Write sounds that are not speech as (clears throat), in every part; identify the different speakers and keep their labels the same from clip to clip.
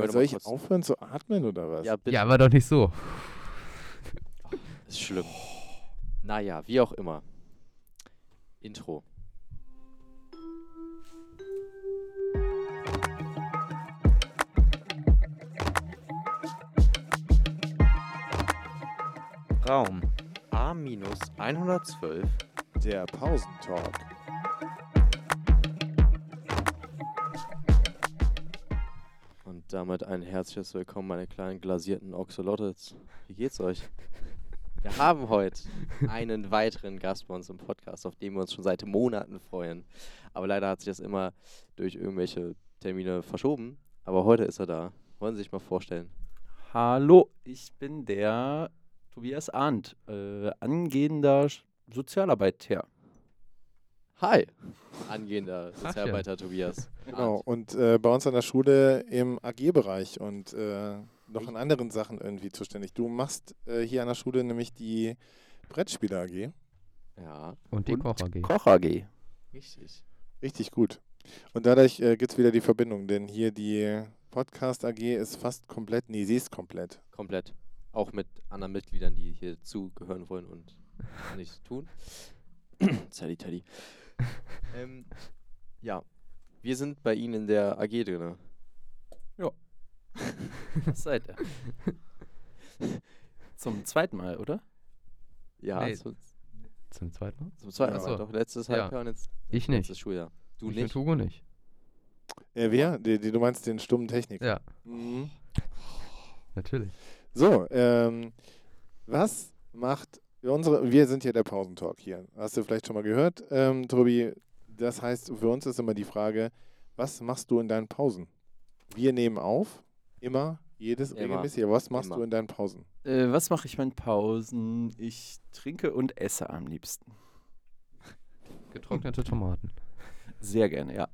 Speaker 1: Warte
Speaker 2: Soll
Speaker 1: mal
Speaker 2: ich
Speaker 1: kurz.
Speaker 2: aufhören zu atmen oder was?
Speaker 1: Ja, bitte.
Speaker 3: Ja, aber doch nicht so.
Speaker 1: Ist schlimm. Naja, wie auch immer. Intro.
Speaker 4: Raum A-112.
Speaker 2: Der Pausentalk.
Speaker 1: Und damit ein herzliches Willkommen, meine kleinen glasierten Oxolotls. Wie geht's euch? Wir haben heute einen weiteren Gast bei uns im Podcast, auf den wir uns schon seit Monaten freuen. Aber leider hat sich das immer durch irgendwelche Termine verschoben. Aber heute ist er da. Wollen Sie sich mal vorstellen?
Speaker 5: Hallo, ich bin der Tobias Arndt, äh, angehender Sch- Sozialarbeiter.
Speaker 1: Hi, angehender Sozialarbeiter Tobias.
Speaker 2: Genau. Und äh, bei uns an der Schule im AG-Bereich und äh, noch in anderen Sachen irgendwie zuständig. Du machst äh, hier an der Schule nämlich die Brettspieler AG.
Speaker 1: Ja,
Speaker 3: Und die
Speaker 5: Und
Speaker 3: Kocher AG.
Speaker 5: Koch AG.
Speaker 1: richtig.
Speaker 2: Richtig gut. Und dadurch äh, gibt es wieder die Verbindung, denn hier die Podcast AG ist fast komplett, nee, sie ist komplett.
Speaker 1: Komplett. Auch mit anderen Mitgliedern, die hier zugehören wollen
Speaker 2: (laughs)
Speaker 1: und nichts tun.
Speaker 2: (clears throat)
Speaker 1: Teddy, Teddy. ähm, ja, wir sind bei Ihnen in der AG drin.
Speaker 5: Was seid ihr? (laughs) Zum zweiten Mal, oder?
Speaker 1: Ja,
Speaker 3: Nee.
Speaker 1: zum,
Speaker 3: Zum zweiten Mal?
Speaker 1: zum zweiten
Speaker 2: Ja.
Speaker 1: Mal.
Speaker 3: Achso.
Speaker 1: Doch, letztes
Speaker 3: Ja.
Speaker 1: Halbjahr und jetzt
Speaker 3: Ich
Speaker 1: letztes
Speaker 3: nicht.
Speaker 1: Schuljahr. Du
Speaker 3: ich
Speaker 1: nicht?
Speaker 3: Mit Hugo nicht.
Speaker 2: Äh, wer? Die, die, du meinst den stummen Techniker.
Speaker 3: Ja,
Speaker 2: Mhm.
Speaker 3: natürlich.
Speaker 2: So, ähm, was macht unsere, wir sind ja der Pausentalk hier. Hast du vielleicht schon mal gehört, ähm, Tobi? Das heißt, für uns ist immer die Frage, was machst du in deinen Pausen? Wir nehmen auf, immer, jedes
Speaker 1: Immer.
Speaker 2: regelmäßig, aber was machst
Speaker 1: Immer.
Speaker 2: du in deinen Pausen?
Speaker 5: Äh, was mache ich in meinen Pausen? Ich trinke und esse am liebsten.
Speaker 3: (laughs) Getrocknete Tomaten.
Speaker 5: Sehr gerne, ja.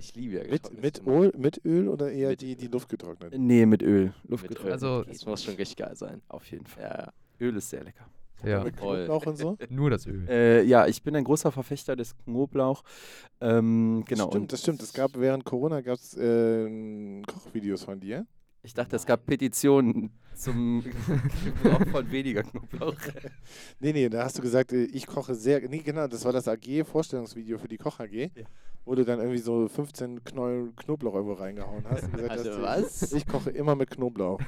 Speaker 1: Ich liebe ja
Speaker 2: Mit,
Speaker 1: getrocknetes
Speaker 2: mit,
Speaker 1: Tomaten.
Speaker 2: Öl, mit Öl oder eher
Speaker 1: Mit
Speaker 2: die, die
Speaker 1: Öl.
Speaker 2: Luft getrocknet?
Speaker 5: Nee, mit Öl.
Speaker 1: Mit
Speaker 5: Luftgetränk.
Speaker 1: Öl.
Speaker 3: Also-
Speaker 1: das muss schon richtig geil sein.
Speaker 5: Auf jeden Fall.
Speaker 1: Ja, ja.
Speaker 5: Öl ist sehr lecker.
Speaker 3: Ja,
Speaker 2: Mit
Speaker 1: voll.
Speaker 2: Knoblauch und
Speaker 1: (laughs)
Speaker 2: so?
Speaker 3: nur das (laughs) Öl.
Speaker 5: Äh, ja, ich bin ein großer Verfechter des Knoblauch. Ähm,
Speaker 2: Das
Speaker 5: genau. und
Speaker 2: stimmt, das stimmt. Es gab während Corona gab's, ähm, Kochvideos von dir.
Speaker 5: Ich dachte, es gab Petitionen zum (laughs) Gebrauch von weniger Knoblauch.
Speaker 2: Nee, nee, da hast du gesagt, äh, ich koche sehr. Nee, genau, das war das AG-Vorstellungsvideo für die Koch-AG, wo du dann irgendwie so 15 Knoll Knoblauch irgendwo reingehauen hast. Und gesagt,
Speaker 1: Also
Speaker 2: hast, äh,
Speaker 1: was?
Speaker 3: (laughs)
Speaker 2: Ich koche immer mit Knoblauch.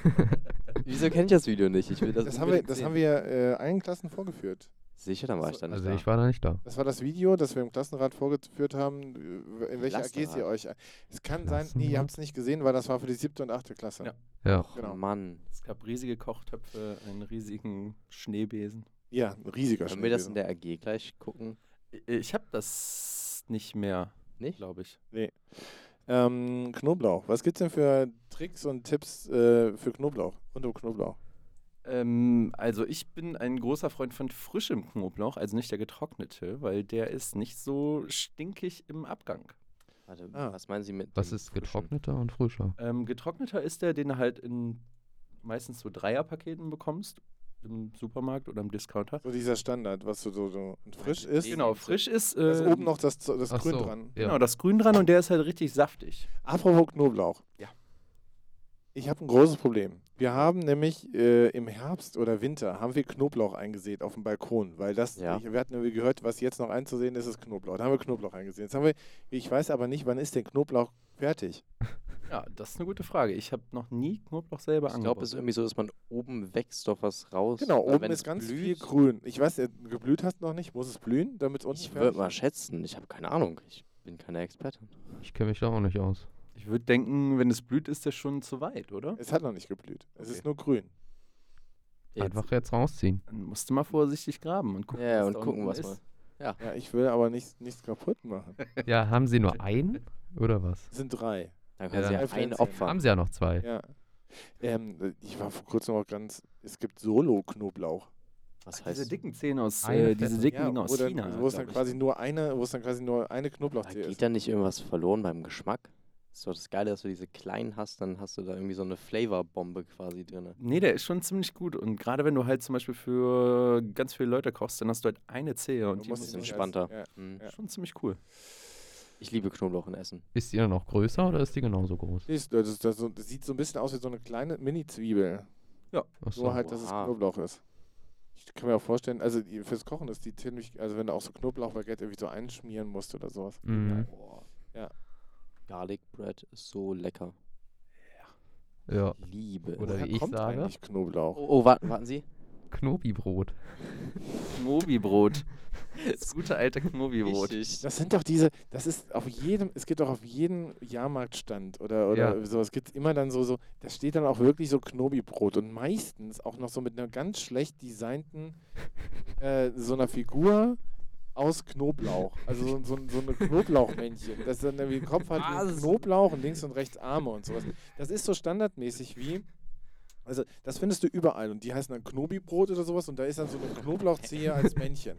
Speaker 1: Wieso kenne ich das Video nicht? Ich will das,
Speaker 2: Das haben wir,
Speaker 1: unbedingt
Speaker 2: das
Speaker 1: sehen.
Speaker 2: haben wir äh, allen Klassen vorgeführt.
Speaker 1: Sicher, dann war ich da nicht
Speaker 3: also
Speaker 1: da.
Speaker 3: ich war da nicht da.
Speaker 2: Das war das Video, das wir im Klassenrat vorgeführt haben, äh, in welche AGs ihr
Speaker 1: Klassenrat.
Speaker 2: euch. Es kann sein, nee, ihr
Speaker 3: Klassenrat?
Speaker 2: habt es nicht gesehen, weil das war für die siebte und achte Klasse.
Speaker 5: Ja.
Speaker 3: Ja.
Speaker 2: Genau.
Speaker 1: Mann,
Speaker 5: Es gab riesige Kochtöpfe, einen riesigen Schneebesen.
Speaker 2: Ja, ein riesiger
Speaker 1: können wir das in
Speaker 2: Schnitt
Speaker 1: der AG gleich gucken?
Speaker 5: I- Ich habe das nicht mehr,
Speaker 1: Nicht?
Speaker 5: glaube ich.
Speaker 2: Ähm, Knoblauch. Was gibt's denn für Tricks und Tipps äh, für Knoblauch? Und um Knoblauch.
Speaker 5: Ähm, also ich bin ein großer Freund von frischem Knoblauch, also nicht der getrocknete, weil der ist nicht so stinkig im Abgang.
Speaker 1: Warte,
Speaker 2: Ah.
Speaker 1: was meinen Sie mit
Speaker 3: Was
Speaker 1: dem
Speaker 3: ist
Speaker 1: frischen?
Speaker 3: getrockneter und frischer?
Speaker 5: Ähm, getrockneter ist der, den du halt in meistens so Dreierpaketen bekommst im Supermarkt oder im Discounter.
Speaker 2: So dieser Standard, was so, so, so und frisch ist.
Speaker 1: Den-
Speaker 5: Genau, frisch ist
Speaker 2: Da ist
Speaker 5: äh,
Speaker 2: oben noch das, Z- das
Speaker 3: Ach
Speaker 2: Grün
Speaker 3: so,
Speaker 2: dran.
Speaker 3: Ja.
Speaker 5: genau das Grün dran und der ist halt richtig saftig.
Speaker 2: Apropos Knoblauch.
Speaker 5: Ja.
Speaker 2: Ich habe ein großes Problem. Wir haben nämlich äh, im Herbst oder Winter haben wir Knoblauch eingesät auf dem Balkon, weil das,
Speaker 1: Ja.
Speaker 2: ich, wir hatten irgendwie gehört, was jetzt noch einzusehen ist, ist Knoblauch. Da haben wir Knoblauch eingesehen. Jetzt haben wir, ich weiß aber nicht, wann ist der Knoblauch fertig?
Speaker 5: Ja, das ist eine gute Frage. Ich habe noch nie Knoblauch selber
Speaker 1: Ich glaube,
Speaker 5: angebaut.
Speaker 1: es ist irgendwie so, dass man oben wächst doch was raus.
Speaker 2: Genau,
Speaker 1: weil
Speaker 2: oben
Speaker 1: wenn
Speaker 2: ist
Speaker 1: es
Speaker 2: ganz viel
Speaker 1: blüht,
Speaker 2: grün. Ich weiß, äh, geblüht hast du noch nicht, muss es blühen, damit es unten
Speaker 1: Ich
Speaker 2: fertig
Speaker 1: würde mal schätzen, ich habe keine Ahnung. Ich bin keine Expertin.
Speaker 3: Ich kenne mich da auch nicht aus.
Speaker 5: Ich würde denken, wenn es blüht, ist der schon zu weit, oder?
Speaker 2: Es hat noch nicht geblüht. Es
Speaker 5: Okay.
Speaker 2: ist nur grün.
Speaker 3: Einfach jetzt
Speaker 5: (laughs)
Speaker 3: rausziehen.
Speaker 5: Dann musst du mal vorsichtig graben und gucken,
Speaker 1: ja,
Speaker 5: was
Speaker 1: und
Speaker 5: da
Speaker 1: gucken,
Speaker 5: unten
Speaker 1: was
Speaker 5: ist.
Speaker 1: mal.
Speaker 2: Ja, ich will aber nichts, nichts kaputt machen.
Speaker 3: Ja, haben sie nur einen? Oder was?
Speaker 2: Es sind drei.
Speaker 1: Dann
Speaker 3: Ja,
Speaker 1: kann sie
Speaker 2: dann-
Speaker 1: ja ein
Speaker 2: Pflanzen.
Speaker 1: Opfer.
Speaker 3: Haben sie ja noch zwei.
Speaker 2: Ja. Ähm, ich war vor kurzem auch ganz. Es gibt Solo-Knoblauch.
Speaker 1: Was
Speaker 5: Diese
Speaker 1: heißt
Speaker 5: dicken Zähne aus,
Speaker 3: Eine
Speaker 5: äh, diese
Speaker 3: Fette.
Speaker 5: dicken
Speaker 2: Ja,
Speaker 5: Dinger aus
Speaker 2: wo dann,
Speaker 5: China.
Speaker 2: Wo es dann
Speaker 5: glaub ich.
Speaker 2: quasi nur eine, wo es dann quasi nur eine
Speaker 1: da
Speaker 2: Knoblauchzehe
Speaker 1: geht
Speaker 2: ist.
Speaker 1: da nicht irgendwas verloren beim Geschmack? Ist doch das Geile, dass du diese kleinen hast, dann hast du da irgendwie so eine Flavorbombe quasi drin.
Speaker 5: Nee, der ist schon ziemlich gut. Und gerade wenn du halt zum Beispiel für ganz viele Leute kochst, dann hast du halt eine Zehe
Speaker 2: Du
Speaker 5: und die
Speaker 2: musst
Speaker 5: musst
Speaker 1: ein
Speaker 2: es
Speaker 5: du
Speaker 1: bisschen
Speaker 2: nicht
Speaker 1: entspannter.
Speaker 2: essen.
Speaker 1: Hm.
Speaker 2: ja.
Speaker 5: schon ziemlich cool.
Speaker 1: Ich liebe Knoblauch in Essen.
Speaker 3: Ist die dann auch größer oder ist die genauso groß?
Speaker 2: Das, ist- das, ist- das, ist- das sieht so ein bisschen aus wie so eine kleine Mini-Zwiebel.
Speaker 3: Achso.
Speaker 2: Nur halt, dass es
Speaker 1: Oha.
Speaker 2: Knoblauch ist. Ich kann mir auch vorstellen, also die- fürs Kochen ist die ziemlich, also wenn du auch so Knoblauchbaguette irgendwie so einschmieren musst oder sowas.
Speaker 3: Mhm.
Speaker 1: Boah.
Speaker 2: Ja.
Speaker 1: Garlic Bread ist so lecker.
Speaker 3: Ja.
Speaker 1: Liebe.
Speaker 3: Oder
Speaker 2: Woher
Speaker 3: wie ich
Speaker 2: kommt
Speaker 3: sage?
Speaker 2: eigentlich Knoblauch?
Speaker 1: Oh, oh warten,
Speaker 2: (laughs)
Speaker 1: warten Sie.
Speaker 3: Knobi-Brot.
Speaker 5: Knobi-Brot. Das gute alte Knobi-Brot.
Speaker 1: Richtig.
Speaker 2: Das sind doch diese, das ist auf jedem, es gibt doch auf jedem Jahrmarktstand oder, oder
Speaker 3: Ja.
Speaker 2: sowas, gibt es immer dann so, so, da steht dann auch wirklich so Knobi-Brot und meistens auch noch so mit einer ganz schlecht designten, äh, so einer Figur aus Knoblauch. Also so, so, so eine Knoblauchmännchen, das dann irgendwie den Kopf hat wie ein
Speaker 1: Was?
Speaker 2: Knoblauch und links und rechts Arme und sowas. Das ist so standardmäßig wie. Also, das findest du überall und die heißen dann Knobi-Brot oder sowas und da ist dann so eine Knoblauchzehe als Männchen.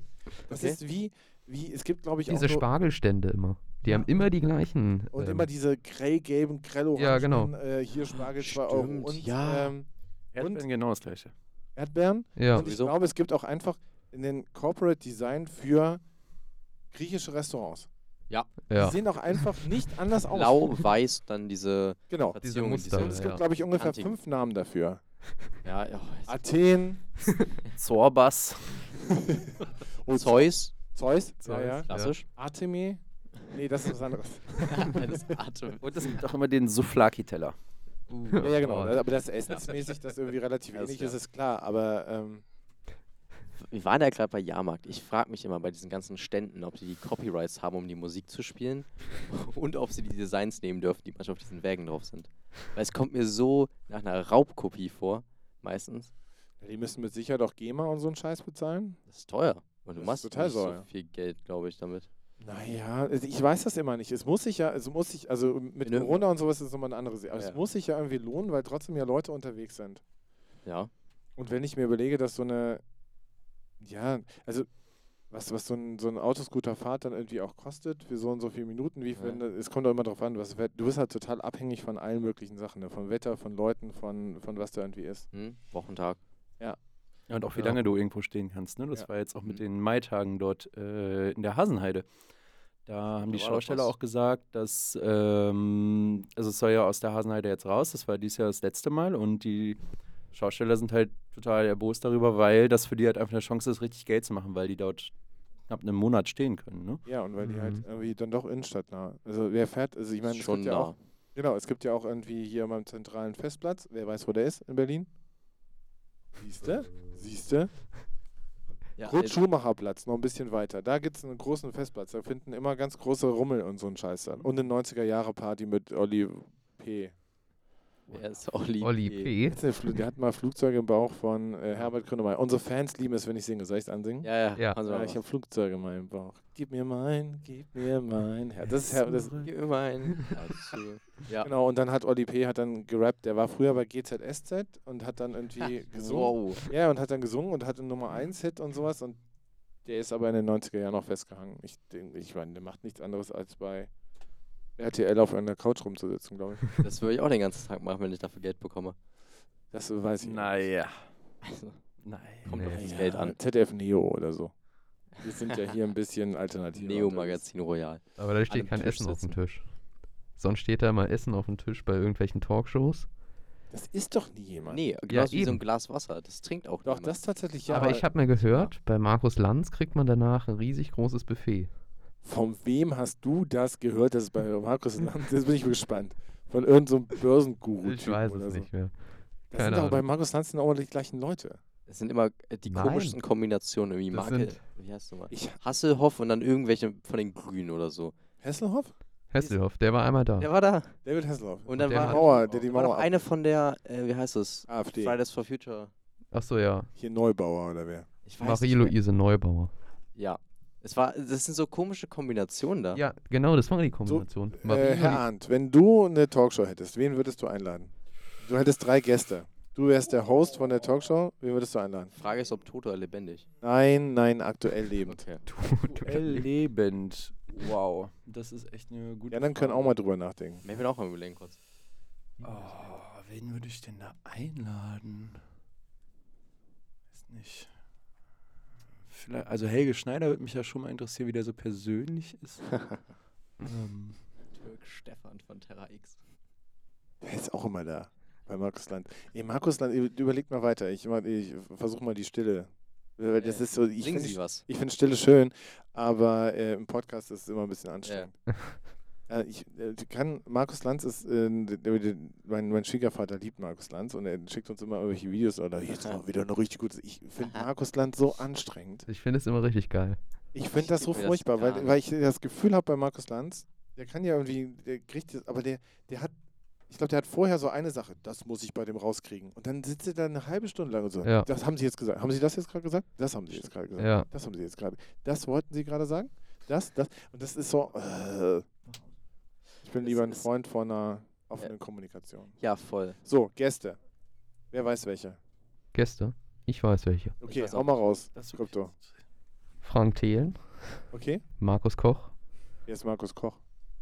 Speaker 2: Das
Speaker 1: Okay.
Speaker 2: ist wie, wie, es gibt glaube ich
Speaker 3: Diese
Speaker 2: auch nur-
Speaker 3: Spargelstände immer. Die haben immer die gleichen.
Speaker 2: und
Speaker 3: ähm,
Speaker 2: immer diese grell-gelben Krello
Speaker 3: Ja, genau.
Speaker 2: äh, hier Spargel 2 Euro
Speaker 1: Stimmt,
Speaker 2: und
Speaker 1: ja.
Speaker 2: ähm,
Speaker 5: Erdbeeren genau das gleiche.
Speaker 2: Erdbeeren.
Speaker 3: Ja.
Speaker 2: Und ich
Speaker 1: Sowieso.
Speaker 2: glaube, es gibt auch einfach in den Corporate Design für griechische Restaurants.
Speaker 3: ja.
Speaker 2: Die sehen auch
Speaker 1: (laughs)
Speaker 2: einfach nicht anders aus.
Speaker 1: Blau, weiß, dann diese
Speaker 2: Genau.
Speaker 3: Diese
Speaker 1: Verzierungen,
Speaker 3: Muster,
Speaker 2: Und es gibt,
Speaker 3: ja.
Speaker 2: glaube ich, ungefähr
Speaker 1: Antiken.
Speaker 2: fünf Namen dafür.
Speaker 1: Ja, ja. Oh, jetzt-
Speaker 2: Athen,
Speaker 5: Zorbas.
Speaker 2: oh,
Speaker 1: Zeus,
Speaker 2: Zeus, ja,
Speaker 3: Zeus.
Speaker 2: ja.
Speaker 1: klassisch.
Speaker 2: Artemi. Nee, das ist was anderes.
Speaker 3: (laughs)
Speaker 1: Alles Atem.
Speaker 5: Und es gibt auch immer den Souflaki-Teller.
Speaker 2: ja, ja, genau.
Speaker 3: Oh.
Speaker 2: Also, Aber das essensmäßig, das irgendwie relativ
Speaker 1: Das,
Speaker 2: ähnlich
Speaker 1: ja.
Speaker 2: ist, ist klar. Aber ähm,
Speaker 1: Wir waren ja gerade bei Jahrmarkt. Ich frage mich immer bei diesen ganzen Ständen, ob die die Copyrights haben, um die Musik zu spielen (laughs) und ob sie die Designs nehmen dürfen, die manchmal auf diesen Wägen drauf sind. Weil es kommt mir so nach einer Raubkopie vor, meistens.
Speaker 2: die müssen mit Sicherheit auch GEMA und so einen Scheiß bezahlen.
Speaker 1: Das ist teuer. Und du
Speaker 2: Das ist
Speaker 1: machst
Speaker 2: total
Speaker 1: nicht so
Speaker 2: teuer.
Speaker 1: viel Geld, glaube ich, damit.
Speaker 2: Naja, also ich weiß das immer nicht. Es muss sich ja, es muss sich, also mit
Speaker 1: Ne.
Speaker 2: Corona und sowas ist nochmal eine andere Sache. Aber
Speaker 1: Ja.
Speaker 2: es muss sich ja irgendwie lohnen, weil trotzdem ja Leute unterwegs sind.
Speaker 1: Ja.
Speaker 2: Und wenn ich mir überlege, dass so eine, ja, also was, was so ein, so ein Autoscooterfahrt dann irgendwie auch kostet, für so und so viele Minuten, wie
Speaker 1: Ja.
Speaker 2: wenn, es kommt auch immer drauf an, was, du bist halt total abhängig von allen möglichen Sachen, ne? von Wetter, von Leuten, von, von was da irgendwie ist.
Speaker 1: Hm? Wochentag.
Speaker 5: Ja, und auch wie
Speaker 2: Ja.
Speaker 5: lange du irgendwo stehen kannst. Ne? Das
Speaker 2: Ja.
Speaker 5: war jetzt auch mit
Speaker 1: Mhm.
Speaker 5: den Maitagen dort äh, in der Hasenheide. Da haben die
Speaker 1: war doch
Speaker 5: Schausteller
Speaker 1: was.
Speaker 5: auch gesagt, dass, ähm, also es soll ja aus der Hasenheide jetzt raus, das war dieses Jahr das letzte Mal und die Schausteller sind halt total erbost darüber, weil das für die halt einfach eine Chance ist, richtig Geld zu machen, weil die dort knapp einen Monat stehen können. Ne?
Speaker 2: Ja, und weil die
Speaker 3: Mhm.
Speaker 2: halt irgendwie dann doch innenstadtnah. Also wer fährt, also ich meine, es
Speaker 1: Schon
Speaker 2: gibt ja
Speaker 1: nah.
Speaker 2: auch, genau, es gibt ja auch irgendwie hier beim zentralen Festplatz, wer weiß, wo der ist, in Berlin. Siehste? Siehste?
Speaker 1: Ja,
Speaker 2: Kurt
Speaker 1: jetzt-
Speaker 2: Schumacherplatz, noch ein bisschen weiter. Da gibt es einen großen Festplatz. Da finden immer ganz große Rummel und so ein Scheiß dann. Und eine 90er-Jahre-Party mit Olli P.
Speaker 1: Wer ist Olli,
Speaker 3: Olli
Speaker 1: P?
Speaker 3: P.
Speaker 2: Jetzt eine Fl- Der hat mal Flugzeuge im Bauch von äh, Herbert Grönemeyer. Unsere Fans lieben es, wenn ich singe. Soll ich es ansingen?
Speaker 1: Ja, ja.
Speaker 3: Ja.
Speaker 1: Also,
Speaker 2: Ja, ich habe Flugzeuge mal im Bauch. Gib mir mein, gib mir mein. Herz. das ist, Her- das,
Speaker 1: (laughs)
Speaker 2: (laughs)
Speaker 1: immerhin. Also, ja.
Speaker 2: Genau, und dann hat Oli P. hat dann gerappt, der war früher bei GZSZ und hat dann irgendwie gesungen.
Speaker 1: Wow.
Speaker 2: Ja, und hat dann gesungen und hatte einen Nummer 1 Hit und sowas und der ist aber in den 90er Jahren noch festgehangen. Ich denke, ich meine, der macht nichts anderes als bei RTL auf einer Couch rumzusitzen, glaube ich.
Speaker 1: Das würde ich auch den ganzen Tag machen, wenn ich dafür Geld bekomme.
Speaker 2: Das weiß ich. nicht.
Speaker 5: Naja.
Speaker 1: Also,
Speaker 5: Naja.
Speaker 1: kommt auf
Speaker 3: Nee.
Speaker 1: das Geld an.
Speaker 2: ZDF Neo oder so. Wir sind ja hier ein bisschen alternativ.
Speaker 1: Neo-Magazin Royal.
Speaker 3: (laughs) Aber da steht
Speaker 1: An
Speaker 3: kein
Speaker 1: Tisch
Speaker 3: Essen auf dem
Speaker 1: sitzen.
Speaker 3: Tisch. Sonst steht da mal Essen auf dem Tisch bei irgendwelchen Talkshows.
Speaker 2: Das ist doch nie jemand.
Speaker 1: Nee, genauso wie so ein
Speaker 3: eben.
Speaker 1: Glas Wasser. Das trinkt auch
Speaker 2: Doch,
Speaker 1: niemand.
Speaker 2: das tatsächlich ja.
Speaker 3: aber ich habe mal gehört, bei Markus Lanz kriegt man danach ein riesig großes Buffet.
Speaker 2: Von wem hast du das gehört, dass es bei Markus Lanz (laughs) Jetzt bin ich gespannt. Von irgendeinem so Börsenguru.
Speaker 3: ich weiß es
Speaker 2: so.
Speaker 3: nicht mehr.
Speaker 2: Das sind
Speaker 3: Keine
Speaker 2: doch bei
Speaker 3: Ahnung.
Speaker 2: Markus Lanz sind auch immer die gleichen Leute.
Speaker 1: Es sind immer äh, die
Speaker 3: Nein.
Speaker 1: komischsten Kombinationen irgendwie.
Speaker 3: Das
Speaker 1: Marke,
Speaker 3: sind-
Speaker 1: wie heißt du mal?
Speaker 2: Ich,
Speaker 1: Hasselhoff und dann irgendwelche von den Grünen oder so.
Speaker 2: Hesselhoff?
Speaker 3: Hesselhoff, der war einmal da.
Speaker 1: Der war da.
Speaker 2: David Hesselhoff.
Speaker 1: Und dann
Speaker 3: der
Speaker 1: war,
Speaker 3: hat-
Speaker 2: Mauer, der die
Speaker 1: war noch
Speaker 2: Mauer.
Speaker 1: eine von der, äh, wie heißt es?
Speaker 2: ab- AfD.
Speaker 1: Fridays for Future.
Speaker 3: Ach so, ja.
Speaker 2: Hier Neubauer oder wer?
Speaker 1: Ich weiß nicht mehr.
Speaker 3: Marie-Louise Neubauer.
Speaker 1: Ja. Es war, das sind so komische Kombinationen da.
Speaker 3: Ja, genau, das war die Kombination.
Speaker 2: Äh, Herr Arndt, wenn du eine Talkshow hättest, wen würdest du einladen? Du hättest drei Gäste. Du wärst der Host von der Talkshow. Wen würdest du einladen?
Speaker 1: Frage ist, ob tot oder lebendig.
Speaker 2: Nein, nein, aktuell lebend.
Speaker 1: Okay.
Speaker 5: Aktuell lebend. Wow. Das ist echt eine gute
Speaker 2: Die anderen können auch
Speaker 5: Frage.
Speaker 2: mal drüber nachdenken.
Speaker 1: Ich bin auch am überlegen kurz.
Speaker 5: Oh, wen würde ich denn da einladen? Weiß nicht.
Speaker 1: (laughs)
Speaker 5: Vielleicht, also Helge Schneider würde mich ja schon mal interessieren, wie der so persönlich ist. Ähm,
Speaker 1: Dirk Stefan von Terra X.
Speaker 2: Der ist auch immer da. Bei Markus Land. Ey, Markus Land, ü- überlegt mal weiter. Ich, mach- ich versuche mal die Stille. Weil Das
Speaker 1: Äh,
Speaker 2: ist so, ich
Speaker 1: Singen
Speaker 2: finde
Speaker 1: Sie was?
Speaker 2: ich find Stille schön, aber äh, im Podcast ist es immer ein bisschen anstrengend. (laughs) Äh, ich äh, die kann, Markus Lanz ist, äh, d- d- d- mein, mein Schwiegervater liebt Markus Lanz und er schickt uns immer irgendwelche Videos oder jetzt
Speaker 1: Aha.
Speaker 2: mal wieder eine richtig gute. Ich finde
Speaker 1: Aha.
Speaker 2: Markus Lanz so anstrengend.
Speaker 3: Ich finde es immer richtig geil.
Speaker 2: Ich
Speaker 1: Ich
Speaker 2: finde das
Speaker 1: geb
Speaker 2: so
Speaker 1: mir das
Speaker 2: furchtbar,
Speaker 1: gar
Speaker 2: weil, weil ich das Gefühl habe bei Markus Lanz, der kann ja irgendwie, der kriegt das, aber der, der hat, ich glaube, der hat vorher so eine Sache, das muss ich bei dem rauskriegen. Und dann sitzt er da eine halbe Stunde lang und so,
Speaker 3: Ja.
Speaker 2: das haben sie jetzt gesagt. Haben sie das jetzt gerade gesagt? Das haben sie jetzt gerade gesagt.
Speaker 3: Ja.
Speaker 2: Das haben sie jetzt gerade. Das wollten sie gerade sagen? Das, das. Und das ist so, äh, ich bin
Speaker 1: Es
Speaker 2: lieber ein
Speaker 1: ist-
Speaker 2: Freund von einer offenen Kommunikation.
Speaker 1: Ja, voll.
Speaker 2: So, Gäste. Wer weiß welche?
Speaker 3: Gäste. Ich weiß welche.
Speaker 2: Okay,
Speaker 1: weiß
Speaker 2: hau
Speaker 1: auch
Speaker 2: mal raus.
Speaker 5: das
Speaker 2: Krypto.
Speaker 3: Frank Thelen,
Speaker 2: Okay,
Speaker 3: Markus Koch.
Speaker 2: hier ist Markus Koch.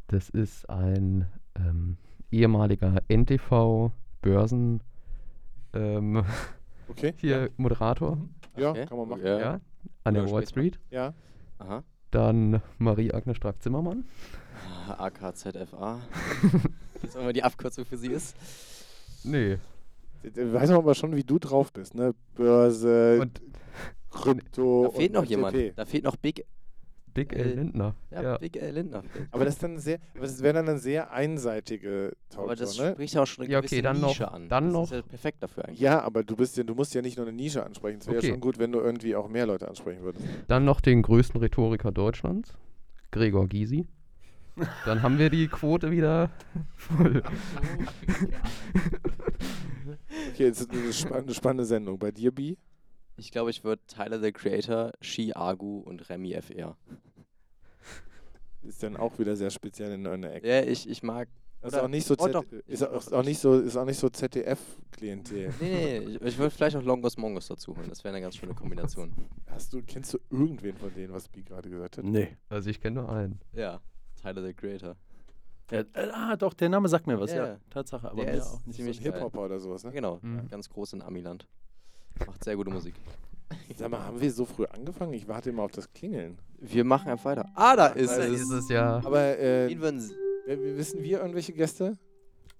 Speaker 3: Das ist ein ähm, ehemaliger NTV Börsen ähm, (laughs)
Speaker 2: Okay,
Speaker 3: hier Moderator
Speaker 2: ja,
Speaker 1: Okay.
Speaker 2: kann man machen.
Speaker 1: Ja.
Speaker 3: ja. an der
Speaker 1: Ja,
Speaker 3: Wall
Speaker 1: später.
Speaker 3: Street.
Speaker 2: Ja,
Speaker 1: Aha.
Speaker 3: Dann Marie Agnes Strack-Zimmermann.
Speaker 1: AKZFA. Jetzt auch mal die Abkürzung für sie ist.
Speaker 3: Nee.
Speaker 2: D- d- Weiß man aber schon, wie du drauf bist, ne? Börse,
Speaker 3: Und
Speaker 2: Krypto.
Speaker 1: Da fehlt
Speaker 2: und
Speaker 1: noch jemand.
Speaker 2: FDP.
Speaker 1: Da fehlt noch Big,
Speaker 3: Dick
Speaker 1: Äh,
Speaker 3: L. Lindner.
Speaker 1: ja,
Speaker 3: Ja.
Speaker 1: Big L. Lindner. fehlt.
Speaker 2: Aber das, ist dann eine sehr, aber das wäre dann eine sehr einseitige Talkshow,
Speaker 1: Aber das
Speaker 2: ne?
Speaker 1: spricht ja auch schon eine
Speaker 3: Ja, okay,
Speaker 1: gewisse
Speaker 3: dann noch-
Speaker 1: Nische an.
Speaker 3: dann
Speaker 1: das
Speaker 3: noch-
Speaker 1: ist ja perfekt dafür eigentlich.
Speaker 2: Ja, aber du bist ja, du musst ja nicht nur eine Nische ansprechen. Es wäre
Speaker 3: Okay.
Speaker 2: ja schon gut, wenn du irgendwie auch mehr Leute ansprechen würdest.
Speaker 3: Dann noch den größten Rhetoriker Deutschlands, Gregor Gysi. Dann haben wir die Quote wieder voll.
Speaker 2: Okay, jetzt ist eine spannende, spannende Sendung. Bei dir, Bi?
Speaker 1: Ich glaube, ich würde Tyler the Creator, Shi Agu und Remy FR.
Speaker 2: Ist dann auch wieder sehr speziell in einer Ecke.
Speaker 1: Ja, ich, ich mag.
Speaker 2: Ist
Speaker 1: Oder-
Speaker 2: auch nicht so,
Speaker 1: oh,
Speaker 2: Z
Speaker 1: doch.
Speaker 2: ist auch, auch nicht so, ist auch nicht so ZDF-Klientel.
Speaker 1: Nee, nee, ich, ich würde vielleicht auch Longos Mongos dazu holen. Das wäre eine ganz schöne Kombination.
Speaker 2: Hast du, kennst du irgendwen von denen, was Bi gerade gesagt hat?
Speaker 5: Nee.
Speaker 3: (laughs) Also ich kenne nur einen.
Speaker 1: (laughs) Ja, Tyler the Creator.
Speaker 5: Ja, äh, ah, doch, der Name sagt mir was,
Speaker 1: Ja,
Speaker 5: ja.
Speaker 1: ja.
Speaker 5: Tatsache, aber
Speaker 1: Der
Speaker 5: mehr
Speaker 1: ist
Speaker 5: auch nicht.
Speaker 2: So ein
Speaker 1: Ziemlich geil.
Speaker 2: Hip-Hopper oder sowas,
Speaker 1: (laughs)
Speaker 2: ne?
Speaker 1: Genau,
Speaker 3: Mhm.
Speaker 1: ganz groß in Amiland. Macht sehr gute Musik.
Speaker 2: Sag mal, haben wir so früh angefangen? Ich warte immer auf das Klingeln.
Speaker 1: Wir machen einfach weiter. Ah, da ist
Speaker 2: Da
Speaker 1: es.
Speaker 3: ist es ja.
Speaker 2: Aber äh,
Speaker 1: Ihn würden sie-
Speaker 2: w- w- wissen wir irgendwelche Gäste?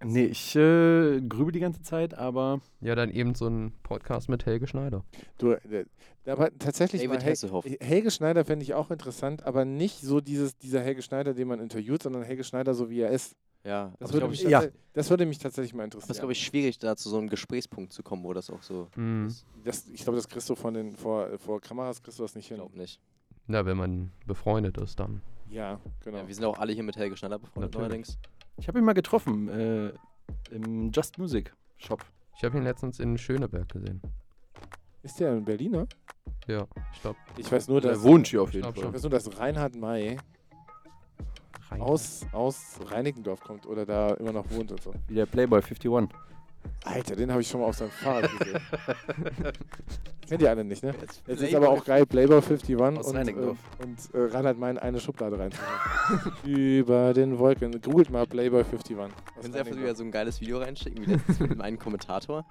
Speaker 5: Nee, ich äh, grübe die ganze Zeit, aber
Speaker 3: Ja, dann eben so ein Podcast mit Helge Schneider.
Speaker 2: Du, äh, aber tatsächlich
Speaker 1: David
Speaker 2: war Hel
Speaker 1: Hasselhoff.
Speaker 2: Helge Schneider fände ich auch interessant, aber nicht so dieses, dieser Helge Schneider, den man interviewt, sondern Helge Schneider, so wie er ist.
Speaker 1: Ja,
Speaker 2: Das,
Speaker 1: aber
Speaker 2: würde,
Speaker 1: glaub
Speaker 2: mich
Speaker 1: ich,
Speaker 5: ja.
Speaker 2: tatsä- das würde mich tatsächlich mal interessieren.
Speaker 1: das ist, glaube ich, schwierig, da zu so einem Gesprächspunkt zu kommen, wo das auch so.
Speaker 3: Mhm.
Speaker 1: ist.
Speaker 2: Das, ich glaube, das kriegst du von den, vor, vor Kameras kriegst du das nicht
Speaker 1: Ich
Speaker 2: hin.
Speaker 1: glaube nicht.
Speaker 3: Na, wenn man befreundet ist, dann.
Speaker 2: Ja, genau.
Speaker 1: Ja, wir sind auch alle hier mit Helge Schneider befreundet
Speaker 3: Natürlich.
Speaker 1: neuerdings.
Speaker 5: ich habe ihn mal getroffen äh, im Just Music Shop.
Speaker 3: Ich habe ihn letztens in Schöneberg gesehen.
Speaker 2: ist der ein Berliner?
Speaker 3: Ja, ich glaube.
Speaker 2: Ich weiß nur, dass,
Speaker 5: Der wohnt hier auf jeden
Speaker 3: glaub
Speaker 5: Fall.
Speaker 2: ich weiß nur, dass Reinhard May aus, aus Reinickendorf kommt oder da immer noch wohnt und so.
Speaker 5: Wie der Playboy 51.
Speaker 2: Alter, den habe ich schon mal auf seinem Fahrrad gesehen. Kennt ihr alle nicht, ne?
Speaker 1: Jetzt
Speaker 2: Es ist aber auch geil, Playboy 51
Speaker 5: Aus
Speaker 2: und, äh,
Speaker 5: Reinickendorf.
Speaker 2: und äh, Reinhard May in eine Schublade rein. Über den Wolken. Googelt mal Playboy 51. aus
Speaker 1: Können Sie einfach wieder
Speaker 2: Reinickendorf.
Speaker 1: so ein geiles Video reinschicken, wie letztens mit dem einen Kommentator?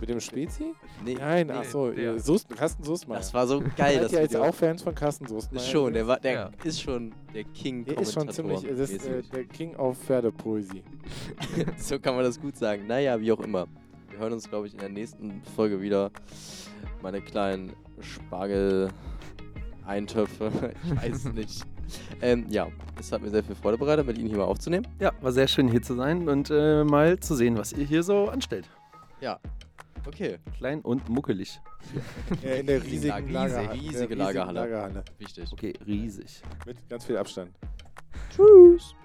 Speaker 2: Mit dem Spezi?
Speaker 1: Nee,
Speaker 2: Nein, ach so,
Speaker 3: der-
Speaker 2: äh, Soest, Carsten Soestmeier.
Speaker 1: das war so geil,
Speaker 2: Seid
Speaker 1: das
Speaker 2: ihr jetzt
Speaker 1: Video.
Speaker 2: auch Fans von Carsten Soestmeier?
Speaker 1: Ist schon, der, war, der
Speaker 3: Ja.
Speaker 1: ist schon der King
Speaker 2: Der ist schon ziemlich, das ist äh, der King auf
Speaker 1: (laughs)
Speaker 2: Pferdepoesie.
Speaker 1: So kann man das gut sagen. Naja, wie auch immer. Wir hören uns, glaube ich, in der nächsten Folge wieder. Meine kleinen Spargel-Eintöpfe. (laughs) Ich weiß nicht. Ähm, ja, es hat mir sehr viel Freude bereitet, mit Ihnen hier mal aufzunehmen.
Speaker 5: Ja, war sehr schön hier zu sein und äh, mal zu sehen, was ihr hier so anstellt.
Speaker 1: Okay,
Speaker 5: Klein und muckelig.
Speaker 2: Äh, in der
Speaker 1: Riesige
Speaker 2: riesigen
Speaker 1: Lager-
Speaker 2: Lagerhalle.
Speaker 1: riesige
Speaker 2: Der riesigen
Speaker 1: Lagerhalle.
Speaker 2: Lagerhalle.
Speaker 1: wichtig.
Speaker 5: Okay, riesig.
Speaker 2: Mit ganz viel Abstand.
Speaker 1: Tschüss.